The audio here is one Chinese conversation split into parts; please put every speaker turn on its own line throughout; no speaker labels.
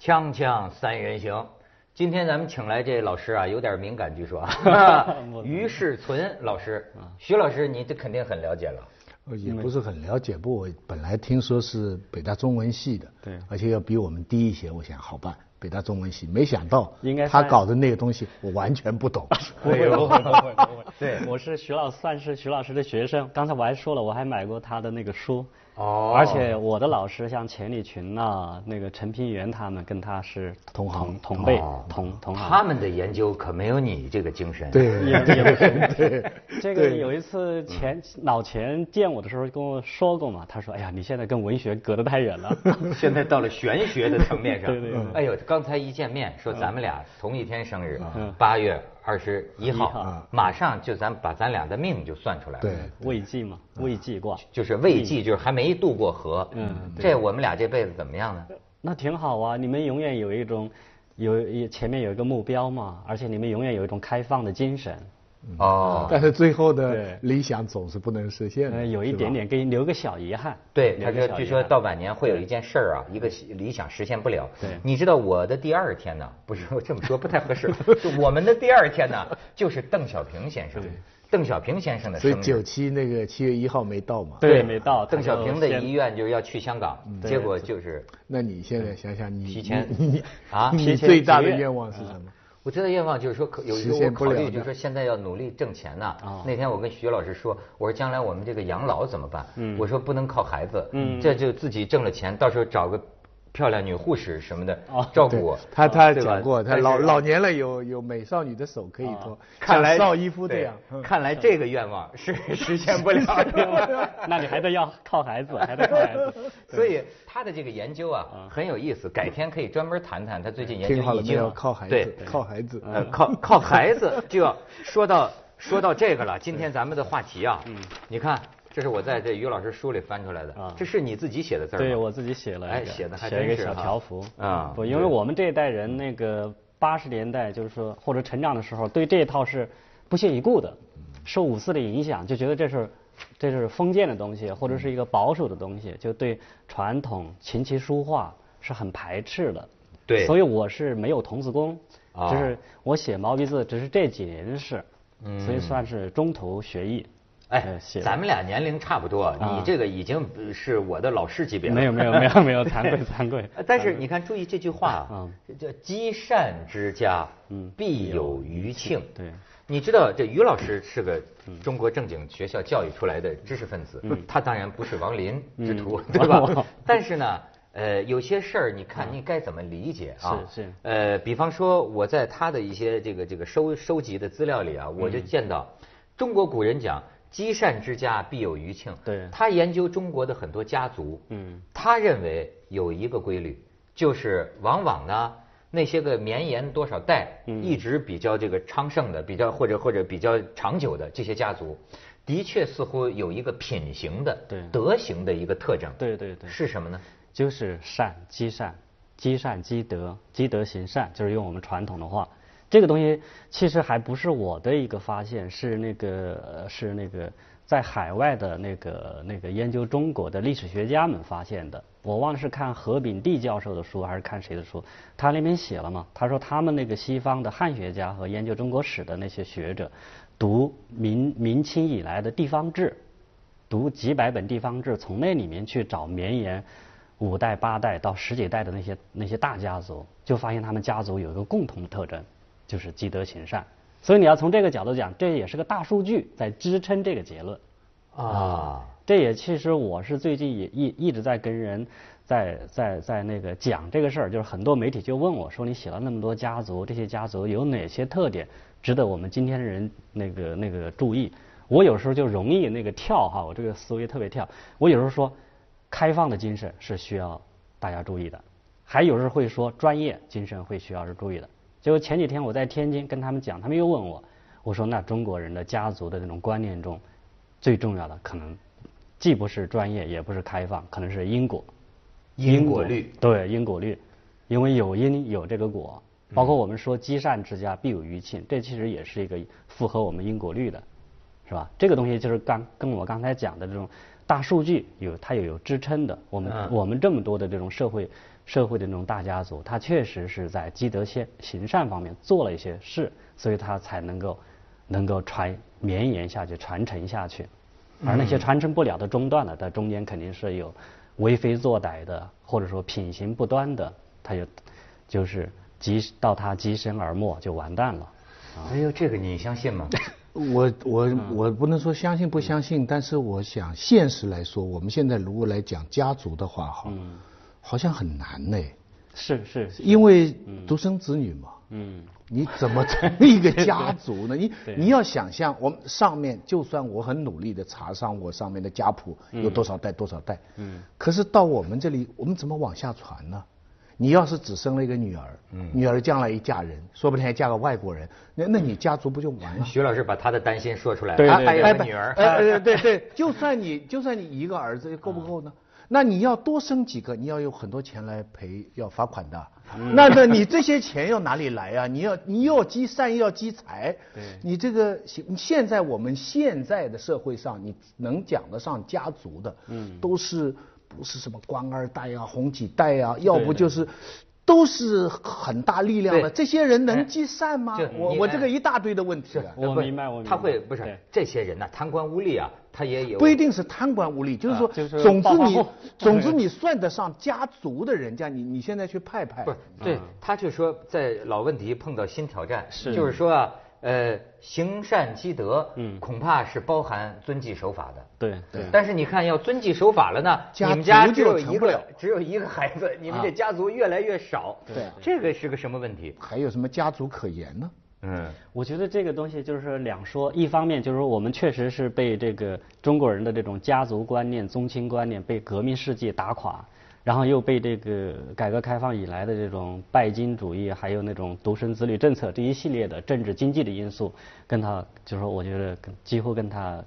锵锵三人行，今天咱们请来这老师啊，有点敏感，据说 啊于世存老师，
嗯
徐老师，你这肯定很了解了。
呃也不是很了解，不过我本来听说是北大中文系的，
对
而且要比我们低一些，我想好办，北大中文系，没想到
应该
他
算
搞的那个东西我完全 不懂，
不会不会不会 不会，
对
我是徐老，算是徐老师的学生。刚才我还说了，我还买过他的那个书。
哦
而且我的老师像钱理群呐、那个陈平原他们，跟他是
同行
同辈
哦
同同行。
他们的研究可没有你这个精神。
对
也也不是
对
这个有一次前老钱见我的时候跟我说过嘛，他说：“哎呀，你现在跟文学隔得太远 了。
现在到了玄学的层面上。
对对对嗯
哎呦，刚才一见面说咱们俩同一天生日，八月二十一号
号，
马上就咱把咱俩的命就算出来了。
对”
未济嘛，未济卦，
就是未济，就是还没渡过河。
嗯
这我们俩这辈子怎么样呢？
那挺好啊。你们永远有一种有有前面有一个目标嘛，而且你们永远有一种开放的精神。嗯
哦，
但是最后的
对
理想总是不能实现的，
呃，有一
是吧
点点给你留个小遗憾。
对，他说
留个小遗，憾
据说到晚年会有一件事儿啊，一个理想实现不了。
对
你知道我的第二天呢？不是我这么说不太合适，就我们的第二天呢，就是邓小平先生，邓小平先生的
所
生
以九
日。
七那个七月一号没到嘛，
对没到
邓
他就
小平的
先嗯
遗愿就要去香港，
对
结果就是
那你现在想想你
提前
你你
啊
你
提前
最大的
几月啊
愿望是什么？
我真的愿望就是说，可有时候
实
我
现
考
不了
虑
的啊
就是说，现在要努力挣钱呐、
哦
那天我跟徐老师说，我说将来我们这个养老怎么办？
嗯
我说不能靠孩子，
嗯
这就自己挣了钱，到时候找个漂亮女护士什么的、
哦
照顾
对
我。啊
他他
对吧
讲过，他
但是
老老年了有有美少女的手可
啊
以托，
看来
像邵逸夫这样。
对
嗯
看来这个愿望 是实现不了的。
那你还得要靠孩子，还得靠孩子。
所以他的这个研究啊很有意思，改天可以专门谈谈他最近研究
嗯听好了
易
没
经
有？
啊
靠孩
对
子，靠孩子。
呃，靠靠孩子就要说到说到这个了。今天咱们的话题啊，你看，这是我在这于老师书里翻出来的
啊，
这是你自己写的字儿吗
对我自己写了一个，
哎写得还
写了一
真
个
是
小
哈
条幅
啊
不，因为我们这一代人那个八十年代就是说或者成长的时候，对这一套是不屑一顾的，
嗯
受五四的影响，就觉得这是这就是封建的东西，或者是一个保守的东西，就对传统琴棋书画是很排斥的。
对
所以我是没有童子功，
啊
只是我写毛笔字，只是这几年的事，所以算是中途学艺。
嗯哎
呃写，的啊
咱们俩年龄差不多，你这个已经呃是我的老师级别了。
没有没有没有没有，惭愧 惭愧。
呃但是你看，注意这句话啊
嗯，
叫积善之家，必有余庆。
对，
你知道这于老师是个
嗯
中国正经学校教育出来的知识分子，他当然不是王林
嗯
之徒，对
哦
吧？但是呢，呃，有些事儿你看你该怎么理解啊？
嗯是是
呃，比方说我在他的一些这个这个收收集的资料里啊，我就
嗯
见到中国古人讲“积善之家必有余庆”，
对
他研究中国的很多家族，
嗯，
他认为有一个规律，就是往往呢那些个绵延多少代，
嗯
一直比较这个昌盛的，比较或者或者比较长久的这些家族，的确似乎有一个品行的、
对
德行的一个特征，
对对对
是什么呢？
就是善积善，积善积德，积德行善，就是用我们传统的话。这个东西其实还不是我的一个发现，是那个呃是那个在海外的那个那个研究中国的历史学家们发现的。我忘了是看何炳棣教授的书还是看谁的书，他那边写了嘛，他说他们那个西方的汉学家和研究中国史的那些学者，读明明清以来的地方志，读几百本地方志，从那里面去找绵延五代、八代到十几代的那些那些大家族，就发现他们家族有一个共同的特征，就是积德行善。所以你要从这个角度讲，这也是个大数据在支撑这个结论。
啊，
这也其实我是最近也一一直在跟人在在在那个讲这个事儿，就是很多媒体就问我说，你写了那么多家族，这些家族有哪些特点值得我们今天的人那个那个注意？我有时候就容易那个跳哈，我这个思维特别跳。我有时候说，开放的精神是需要大家注意的，还有时候会说专业精神会需要是注意的。结果前几天我在天津跟他们讲，他们又问我，我说那中国人的家族的那种观念中，最重要的可能既不是专业，也不是开放，可能是因果。
因果律。
对因果律，因为有因有这个果，包括我们说积善之家必有余庆，这其实也是一个符合我们因果律的，是吧？这个东西就是刚跟我刚才讲的这种大数据有它也有支撑的。我们、
嗯
我们这么多的这种社会社会的那种大家族，他确实是在积德行行善方面做了一些事，所以他才能够能够传绵延下去、传承下去。而那些传承不了的、中断了，它中间肯定是有为非作歹的，或者说品行不端的，他就就是即到他即身而没就完蛋了。
哎呦，这个你相信 吗？
我我
嗯
我不能说相信不相信，但是我想现实来说，我们现在如果来讲家族的话，
嗯
哈，
嗯
好像很难呢，
是是，
因为独生子女嘛，
嗯，
你怎么成立一个家族呢？你你要想象，我们上面就算我很努力的查上我上面的家谱有多少代多少代，嗯，可是到我们这里，我们怎么往下传呢？你要是只生了一个女儿，女儿将来一嫁人，说不定还嫁个外国人，那那你家族不就完了？
徐老师把他的担心说出来了，
对
他
对
还
哎
有个
不
女儿，
哎哎对对，就算你 就算你一个儿子够不够呢？那你要多生几个，你要有很多钱来赔，要罚款的。
嗯
那那你这些钱要哪里来啊？ 你要你又要积善又要积财，你这个现在我们现在的社会上，你能讲得上家族的，嗯，都是不是什么官二代啊、红几代啊，要不就是。都是很大力量的，
对
这些人能积善吗
就？
我
你哎
我
看
这个一大堆的问题、啊。
我
不
明白我明白
他会不是
对
这些人呐，贪官污吏啊，他也有
不一定是贪官污吏，就是说，
啊就是
总之
暴发
你
户，
总之你算得上家族的人家，你你现在去派派，
不是，对
嗯，
他就说在老问题碰到新挑战，是就是说啊，呃，行善积德，
嗯
恐怕是包含遵纪守法的。
对对。
但是你看，要遵纪守法了呢，
家
你们家
族
只
就
有
成
一
不了
个，只有一个孩子，你们这家族越来越少。
对
这个是个什么问题？
还有什么家族可言呢？
嗯，
我觉得这个东西就是两说，一方面就是说我们确实是被这个中国人的这种家族观念、宗亲观念被革命事迹打垮，然后又被这个改革开放以来的这种拜金主义，还有那种独生子女政策这一系列的政治经济的因素，跟他就是说我觉得跟几乎跟他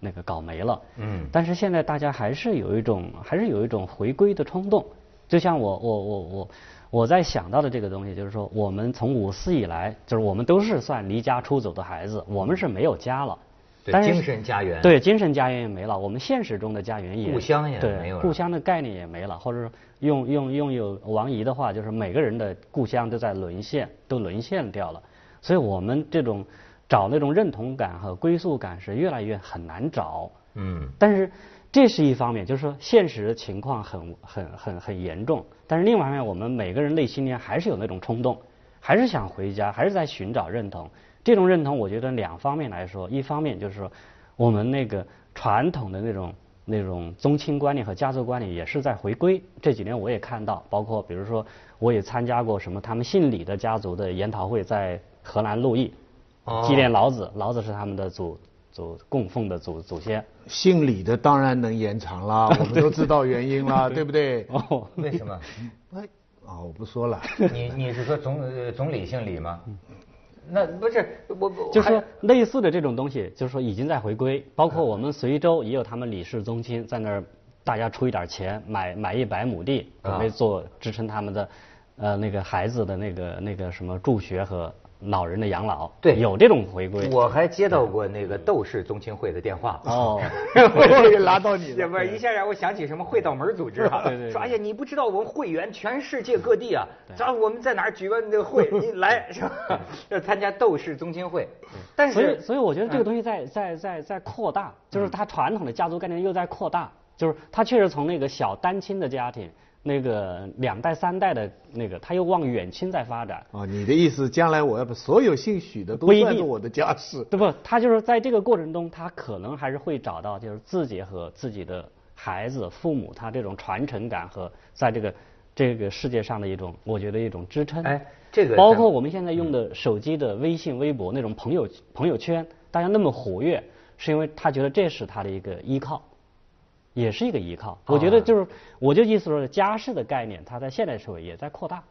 那个搞没了。
嗯
但是现在大家还是有一种，还是有一种回归的冲动。就像我我我我我在想到的这个东西，就是说我们从五四以来，就是我们都是算离家出走的孩子，我们是没有家了。
对
但是
精神家园
对精神家园也没了，我们现实中的家园也
故乡也
对
没有了
故乡的概念也没了，或者说用用用有王怡的话，就是每个人的故乡都在沦陷，都沦陷掉了。所以我们这种找那种认同感和归宿感是越来越很难找。
嗯，
但是这是一方面，就是说现实的情况很很很很严重。但是另外一方面，我们每个人内心里还是有那种冲动，还是想回家，还是在寻找认同。这种认同，我觉得两方面来说，一方面就是说我们那个传统的那种那种宗亲观念和家族观念也是在回归。这几年我也看到，包括比如说我也参加过什么他们姓李的家族的研讨会，在荷兰路易。
哦
纪念老子，老子是他们的祖祖供奉的祖祖先。
姓李的当然能延长啦，我们都知道原因 啦，对不对？
哦，
为什么？
哎，啊，我 不说了，
你你是说总呃总理姓李吗？那不是我我
就是
还
说类似的这种东西，就是说已经在回归，包括我们随州也有他们李氏宗亲在那儿，大家出一点钱买买一百亩地，
啊
准备做支撑他们的，呃那个孩子的那个那个什么助学和老人的养老，
对
有这种回归。
我还接到过那个窦氏宗亲会的电话。
哦，
我也拉到你
也
了。
不是一下让我想起什么会道门组织哈、
对对对
说哎呀，你不知道我们会员全世界各地啊，咱我们在哪儿举办这个会，你来是吧？要参加斗士宗亲会，但
所以，
是嗯
所以我觉得这个东西在在在在扩大，就是它传统的家族概念又在扩大，就是它确实从那个小单亲的家庭，那个两代三代的那个，它又往远亲在发展。
啊，你的意思，将来我要把所有姓许的都
不一定
算作我的家世？
对不？他就是在这个过程中，他可能还是会找到就是自己和自己的孩子、父母他这种传承感和在这个这个世界上的一种，我觉得一种支撑。
哎这个
包
咱嗯
括我们现在用的手机的微信、微博那种朋友朋友圈，大家那么活跃，是因为他觉得这是他的一个依靠。也是一
啊
个依靠，我觉得就是，我就意思说，家世的概念，它在现代社会也在扩大。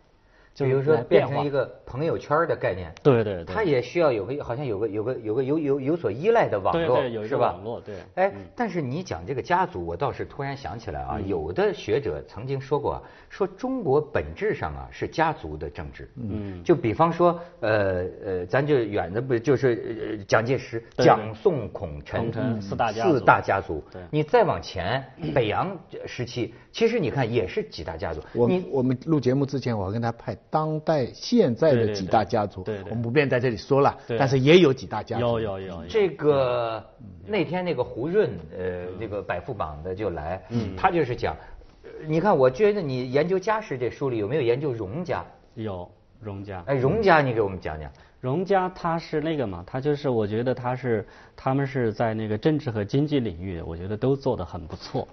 就
比
是
如说
来
变
化
成一个朋友圈儿的概念，
对对对
它也需要有个好像有个有个有个有有有所依赖的网
对
络，
对有一
是
个
吧？
网络对
哎
嗯，
但是你讲这个家族，我倒是突然想起来啊，有的学者曾经说过啊，说中国本质上啊是家族的政治。嗯，就比方说，呃呃，咱就远的不就是呃蒋介石、
对
蒋、宋、孔、陈
孔陈四大家
四
族
大家族
对。
你再往前，北洋时期，其实你看也是几大家族。
我
你
我们录节目之前，我还跟他派当代现在
对
的
对
几
对
大家族，
对对
我们不便在这里说了，
对
但是也有几大家族。
有有有有
这
嗯
个那天那个胡润，呃，那个百富榜的就来，
嗯
他就是讲，呃你看，我觉得你研究家史这书里有没有研究荣家？
有荣家，
哎，荣家你给我们讲讲。
嗯
荣家他是那个嘛，他就是我觉得他是他们是在那个政治和经济领域，我觉得都做得很不错，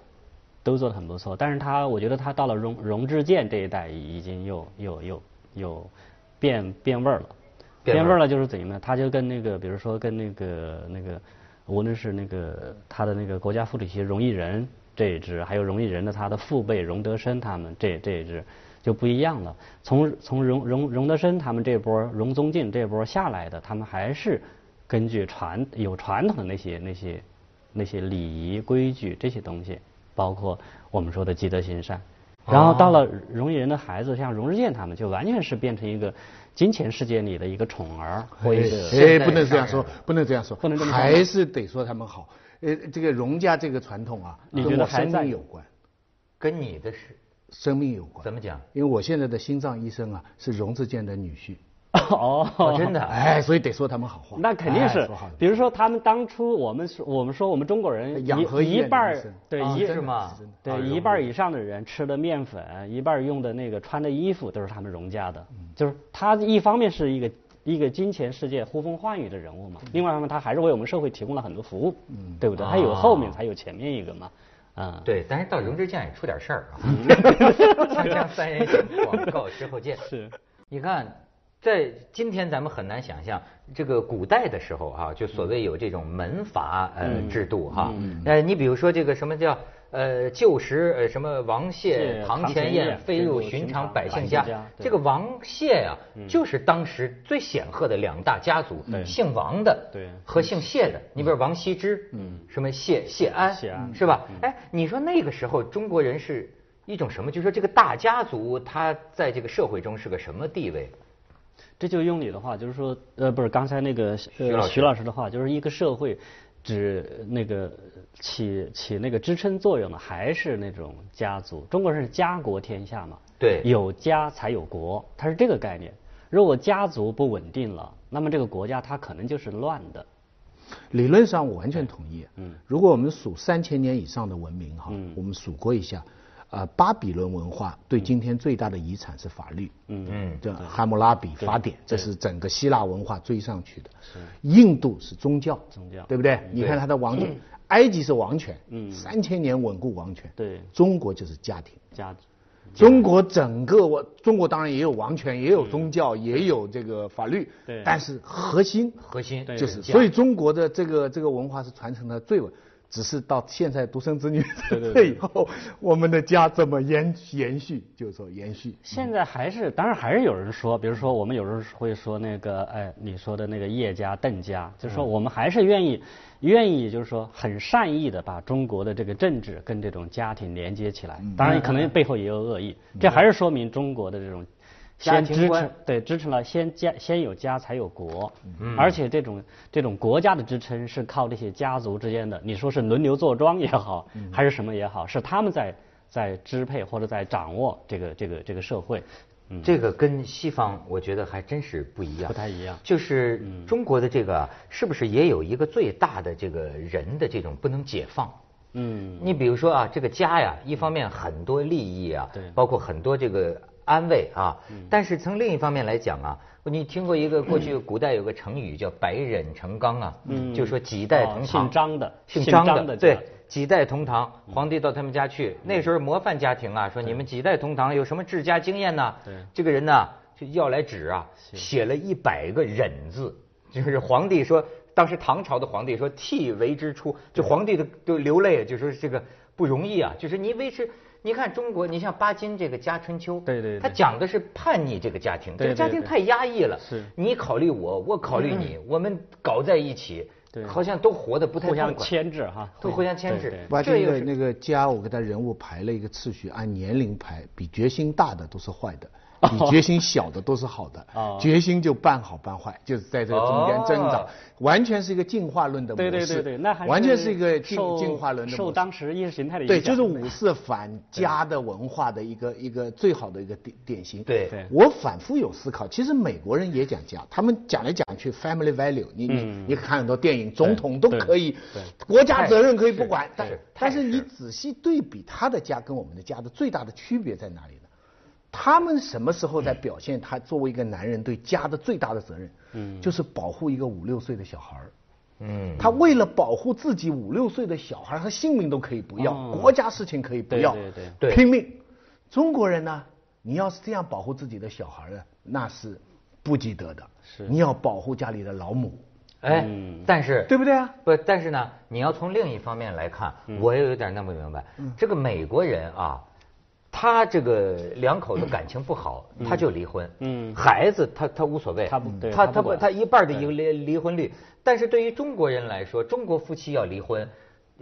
都做得很不错。但是他我觉得他到了荣荣志健这一代已经又又又又变变味儿了，
变味儿
变味儿了就是怎样呢？他就跟那个比如说跟那个那个无论是那个他的那个国家副主席荣毅仁这一支，还有荣毅仁的他的父辈荣德生他们这这一支就不一样了。从从荣荣荣德生他们这波荣宗敬这波下来的，他们还是根据传有传统的那些那些那些礼仪规矩这些东西，包括我们说的积德行善。然后到了荣毅仁的孩子，像荣志健他们，就完全是变成一个金钱世界里的一个宠儿或一个
哎，
现在
不能这
商
样
人
说，不能这样说，
不能这么说吗
还是得说他们好。呃，这个荣家这个传统啊，
你
跟
觉得
我
还
生
在
命有关，
跟你的是
生命有关。
怎么讲？
因为我现在的心脏医生啊，是荣志健的女婿，
哦，
哦，
真的，
哎，所以得说他们好话。
那肯定
哎
是
说好的。。
比如说他们当初我们说我们说我们中国人
养和
一
医
一
院的
半儿
医生
对
啊
一
是吗？
对
啊
一半儿以上的人吃的面粉，一半儿用的那个穿的衣服都是他们荣家的，就是他一方面是一个。一个金钱世界呼风唤雨的人物嘛，另外一方面他还是为我们社会提供了很多服务，对不对？他有后面才有前面一个嘛，啊，
对，但是到荣之健也出点事儿啊。
嗯
锵锵三人行，广告之后见。
是，
你看，在今天咱们很难想象这个古代的时候啊，就所谓有这种门阀呃
嗯
制度哈。呃，你比如说这个什么叫呃旧时呃什么王谢
谢
堂
堂
前
前
燕，
燕
飞
飞
入
入
寻
寻
常
常
百
百
姓
姓
家
家。
这
对嗯
个王谢呀，就是当时最显赫的两大家族，姓王的
对嗯
和姓谢的。你比如王羲之，什么谢谢安，
谢安
是吧？哎，你说那个时候中国人是一种什么？就说这个大家族，他在这个社会中是个什么地位？
这就用你的话，就是说，呃，不是刚才那个
徐老
呃
师
徐老师的话，就是一个社会只那个起起那个支撑作用的还是那种家族。中国人是家国天下嘛，
对
有家才有国，它是这个概念。如果家族不稳定了，那么这个国家它可能就是乱的。
理论上我完全同意。
嗯
嗯，如果我们数三千年以上的文明哈，我们数过一下，啊、巴比伦文化对今天最大的遗产是法律。嗯
嗯
这汉谟拉比法典，这是整个希腊文化追上去的。印度是宗教，
宗教嗯
对不对？你看它的王权， 埃及是王权，三千年稳固王权。
对
中国就是家庭。
家族
中国整个我中国当然也有王权，也有宗教，也有这个法律，
对
但是核心
核心
对
就是，
家
所以中国的这个这个文化是传承的最稳，只是到现在独生子女
对对
这 以后，我们的家怎么延延续，就是说延续。
现在还是，当然还是有人说，比如说我们有人会说那个，哎，你说的那个叶家、邓家，就是
嗯
说我们还是愿意，愿意就是说很善意的把中国的这个政治跟这种家庭连接起
嗯
来。当然，可能背后也有恶意，这还是说明中国的这种
家
先
庭
支
观
撑，对，支撑了先家先有家才有国，
嗯
而且这种这种国家的支撑是靠这些家族之间的，你说是轮流坐庄也好，
嗯
还是什么也好，是他们在在支配或者在掌握这个这个这个社会，嗯，
这个跟西方我觉得还真是不一样，
不太一样嗯
就是中国的这个啊是不是也有一个最大的这个人的这种不能解放？
嗯，
你比如说啊，这个家呀，一方面很多利益啊，
对嗯
包括很多这个安慰啊，但是从另一方面来讲啊，你听过一个过去古代有个成语叫“百忍成钢”啊，就说几代同堂，
哦姓张的
姓
姓
张
张
的，
的
对
家，
几代同堂，
嗯
皇帝到他们家去，那时候模范家庭啊，说你们几代同堂有什么治家经验呢？
对
这个人呢就要来纸啊，写了一百个忍字，就是皇帝说，当时唐朝的皇帝说，替为之出，就皇帝的都流泪，就说这个不容易啊，就是你维持你看中国，你像巴金这个《家春秋》，
对对对
他讲的是叛逆这个家庭，这个
对对
家庭
对
太压抑了，
是嗯
你考虑我，我考虑你，我们搞在一起，
对
好像都活得不太
互相
痛快
牵制哈
都互相牵制
对对，
把
这
这
又
个
是
那个家，我给他人物排了一个次序，按年龄排，比决心大的都是 坏的，比决心小的都是好的。
哦
决心就半好半坏，就是在这个中间挣扎，
哦
完全是一个进化论的模
对
式。
对对对，那还是
完全是一个进
受
进化论的模式。
受当时意识形态的影响。
对，就是五四反家的文化的一个一个最好的一个典典型。
对
对
我反复有思考，其实美国人也讲家，他们讲来讲去 family value，你你、你看很多电影，总统都可以，国家责任可以不管，但
是
但是
太是
你仔细对比他的家跟我们的家的最大的区别在哪里呢？他们什么时候在表现他作为一个男人对家的最大的责任？嗯，就是保护一个五六岁的小孩儿。
嗯，
他为了保护自己五六岁的小孩和性命都可以不要，
哦
国家事情可以不要，
对对
对对
拼命。中国人呢，你要是这样保护自己的小孩呢，那是不积德的。
是
你要保护家里的老母，
哎，
嗯
但是
对不对啊？
不，但是呢，你要从另一方面来看，
嗯
我也有点弄不明白。
嗯
这个美国人啊，他这个两口子感情不好，他就离婚。
嗯
孩子他他无所谓，
他不对
他
他不
他不
管
他一半的一个离离婚率。但是对于中国人来说，中国夫妻要离婚。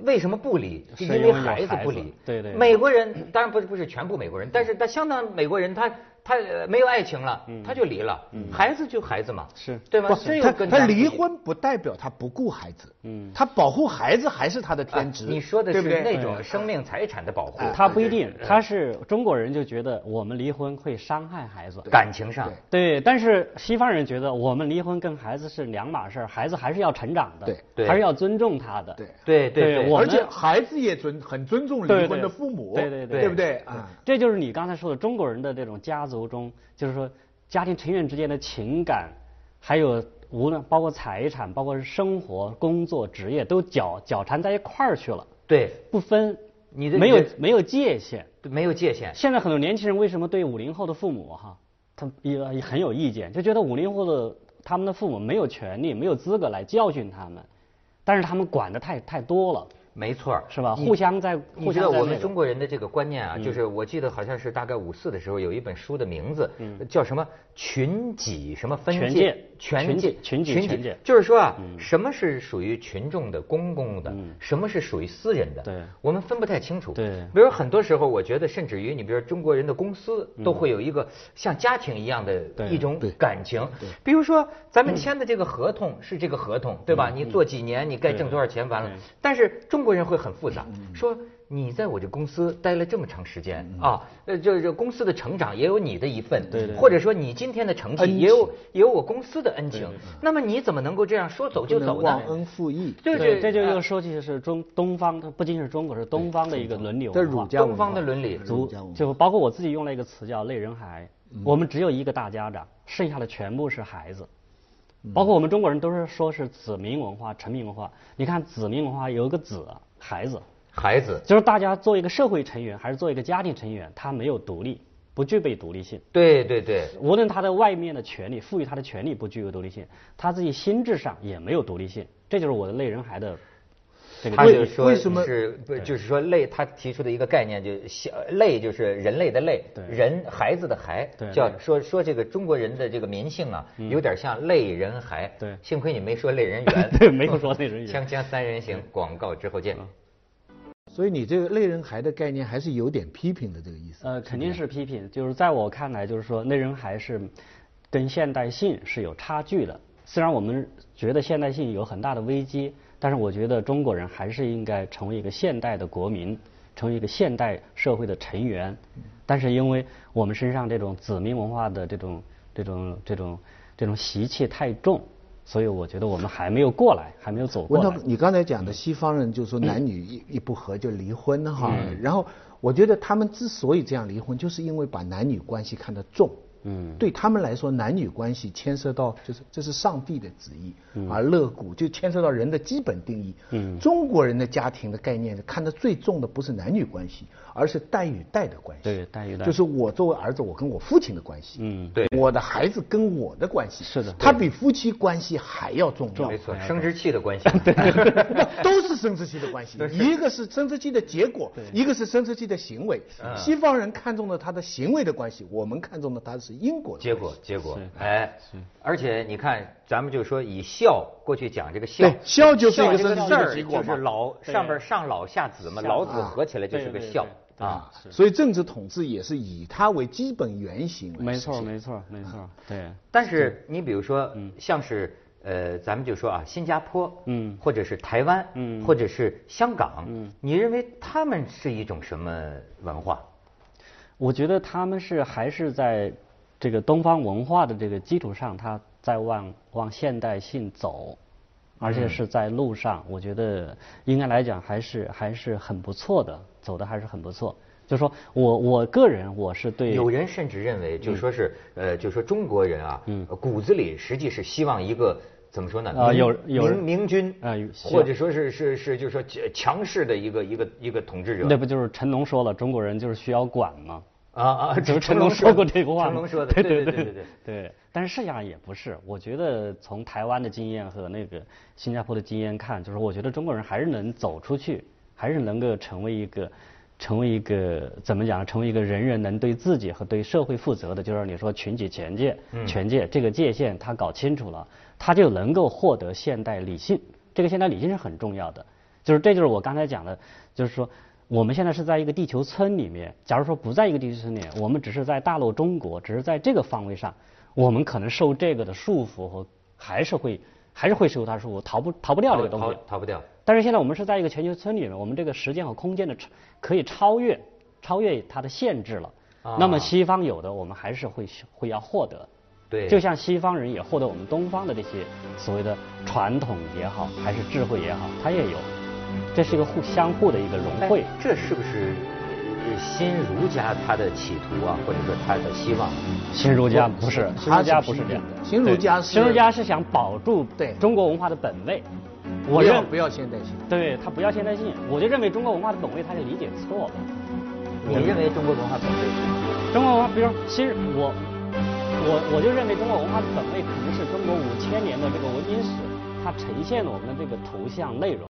为什么不离？
是
因
因
为
为有
孩子
孩
不
子
离。
对嗯对对
美国人当然不是不是全部美国人，但是他相当美国人，他他呃没有爱情了，他就离了。孩子就孩子嘛，
嗯是
对吧？
不
这又
他
跟
他
咱们
离
不一样
婚不代表他不顾孩子，嗯，他保护孩子还是他的天职。
啊你说的
对
是
不对
那种生命财产的保护，
他不一定，
呃
他是中国人就觉得我们离婚会伤害孩子。
感情上
对
对，但是西方人觉得我们离婚跟孩子是两码事儿，孩子还是要成长的，
对
对
还是要尊重他的。
对
对
对
对，
我
而
们
且孩子也尊很尊重
对
离
对
婚的父母，
对对
对
对不对啊？
这就是你刚才说的中国人的这种家族中，就是说家庭成员之间的情感，还有无论包括财产，包括是生活、工作、职业，都搅搅缠在一块儿去了，
对
不分，
你的
没有
你的
没有界限。
没有界限，
现在很多年轻人为什么对五零后的父母哈，他也也很有意见，就觉得五零后的他们的父母没有权利、没有资格来教训他们，但是他们管的太太多了，
没错儿，
是吧？
你
互相在
你
互
知
相
道
在
我
那
们
个嗯
中国人的这个观念啊，就是我记得好像是大概五四的时候有一本书的名字，
嗯
叫什么“群己”什么分
全
界
界、
全
群
界
己、群己全界嗯
就是说啊，什么是属于群众的、公共的，什么是属于私人的，
对
我们分不太清楚。
对
比如很多时候，我觉得甚至于你比如中国人的公司都会有一个像家庭一样的
嗯对嗯
一种感情，比如说咱们签的这个合同是这个合同，对吧？你做几年，你该挣多少钱，完了
对。
但是中国人会很复杂，说你在我这公司待了这么长时间啊，呃，这这公司的成长也有你的一份，
对对对
或者说你今天的成绩
恩
也有也有我公司的恩情，那么你怎么能够这样说走就
不能
走呢
忘？恩负义，
对
对，这就
哎
又说起是中东方，它不仅是中国，是东方的一个伦理
这
文
儒
化。
家文
东
化
方的伦理
儒
族
家文化。
就包括我自己用了一个词叫“类人孩”，我们只有一个大家长，剩下的全部是孩子。包括我们中国人都是说是子民文化、臣民文化。你看子民文化有一个子啊，孩子，
孩子，
就是大家做一个社会成员还是做一个家庭成员，他没有独立，不具备独立性。
对对对，
无论他的外面的权利赋予他的权利不具有独立性，他自己心智上也没有独立性。这就是我的类人孩的这个
他
定
就
义
说
为什么
是不就是说类？他提出的一个概念就是像类，就是人类的类，
对
人孩子的孩
对，
叫说说这个中国人的这个民性啊，有点像类人孩。
对。
幸亏你没说类人猿
对没有说类人猿
锵锵三人行，广告之后见。
所以你这个类人孩的概念还是有点批评的这个意思。
呃，肯定是批评。就是在我看来，就是说内人还是跟现代性是有差距的。虽然我们觉得现代性有很大的危机，但是我觉得中国人还是应该成为一个现代的国民，成为一个现代社会的成员。但是因为我们身上这种子民文化的这种这种这种这种习气太重，所以我觉得我们还没有过来，还没有走过
文
来嗯
涛。，你刚才讲的西方人就说男女一一不和就离婚哈，然后我觉得他们之所以这样离婚，就是因为把男女关系看得重。
嗯
对他们来说，男女关系牵涉到就是这是上帝的旨意，而乐谷就牵涉到人的基本定义。
嗯
中国人的家庭的概念看得最重的不是男女关系，而是代与代的关系。
对代与代
就是我作为儿子，我跟我父亲的关系。
嗯
对
我的孩子跟我的关系
是的
他比夫妻关系还要重要。
没错，生殖器的关系。
都是生殖器的关系，一个是生殖器的结果，一个是生殖器的行为。
嗯
西方人看重了他的行为的关系，我们看重的他是因果的
结
关
果
系，
结果，哎，而且你看，咱们就说以孝过去讲这个孝
对，孝就是一个
这事
生命的
儿，
结果
就
嘛
是老
对
上边上老下子嘛，
下
老子合起来就是个
对对
孝
对
啊。
所以政治统治也是以它为基本原型来
没
实
错
现
没错没错，对，
但是你比如说，像是呃，咱们就说啊，新加坡，
嗯
或者是台湾，
嗯
或者是香港，嗯，你认为他们是一种什么文化？
我觉得他们是还是在这个东方文化的这个基础上，他在往往现代性走，而
嗯
且是在路上，我觉得应该来讲还是还是很不错的，走的还是很不错。就说我我个人我是对嗯
有人甚至认为，就说是呃，就说中国人啊，呃骨子里实际是希望一个怎么说呢？
啊
明
有有人
明明君
啊有希望
或者说是是是，就是说强强势的一个一个一个统治者。
那不就是成龙说了，中国人就是需要管吗？
啊啊，
就是成龙说过这个话吗，
成龙说的，
对
对
对
对对
对。对。但是事实上也不是，我觉得从台湾的经验和那个新加坡的经验看，就是我觉得中国人还是能走出去，还是能够成为一个，成为一个怎么讲？成为一个人人能对自己和对社会负责的，就是你说群体权界、权界这个界限，他搞清楚了，他就能够获得现代理性。这个现代理性是很重要的。就是这就是我刚才讲的，就是说我们现在是在一个地球村里面，假如说不在一个地球村里，我们只是在大陆中国，只是在这个方位上，我们可能受这个的束缚和还是会还是会受它束缚，逃不逃不掉这个东
逃
西。
逃不掉。
但是现在我们是在一个全球村里面，我们这个时间和空间的超可以超越超越它的限制了。
啊
那么西方有的我们还是会会要获得。
对
就像西方人也获得我们东方的这些所谓的传统也好，还是智慧也好，它也有，这是一个互相互的一个融汇
哎。这是不是呃新儒家他的企图啊，或者说他的希望？
新儒家不是，
他
新儒家
是
不是
批
这样的。
评的新儒
对
家
新儒
是
家是想保住
对
中国文化的本位。我
不要
认
不要现代性。
对他不要现代性，我就认为中国文化的本位他就理解错了。
你认为中国文化本位？
中国文化，比如说新我我我就认为中国文化的本位可能是中国五千年的这个文明史，它呈现了我们的这个图像内容，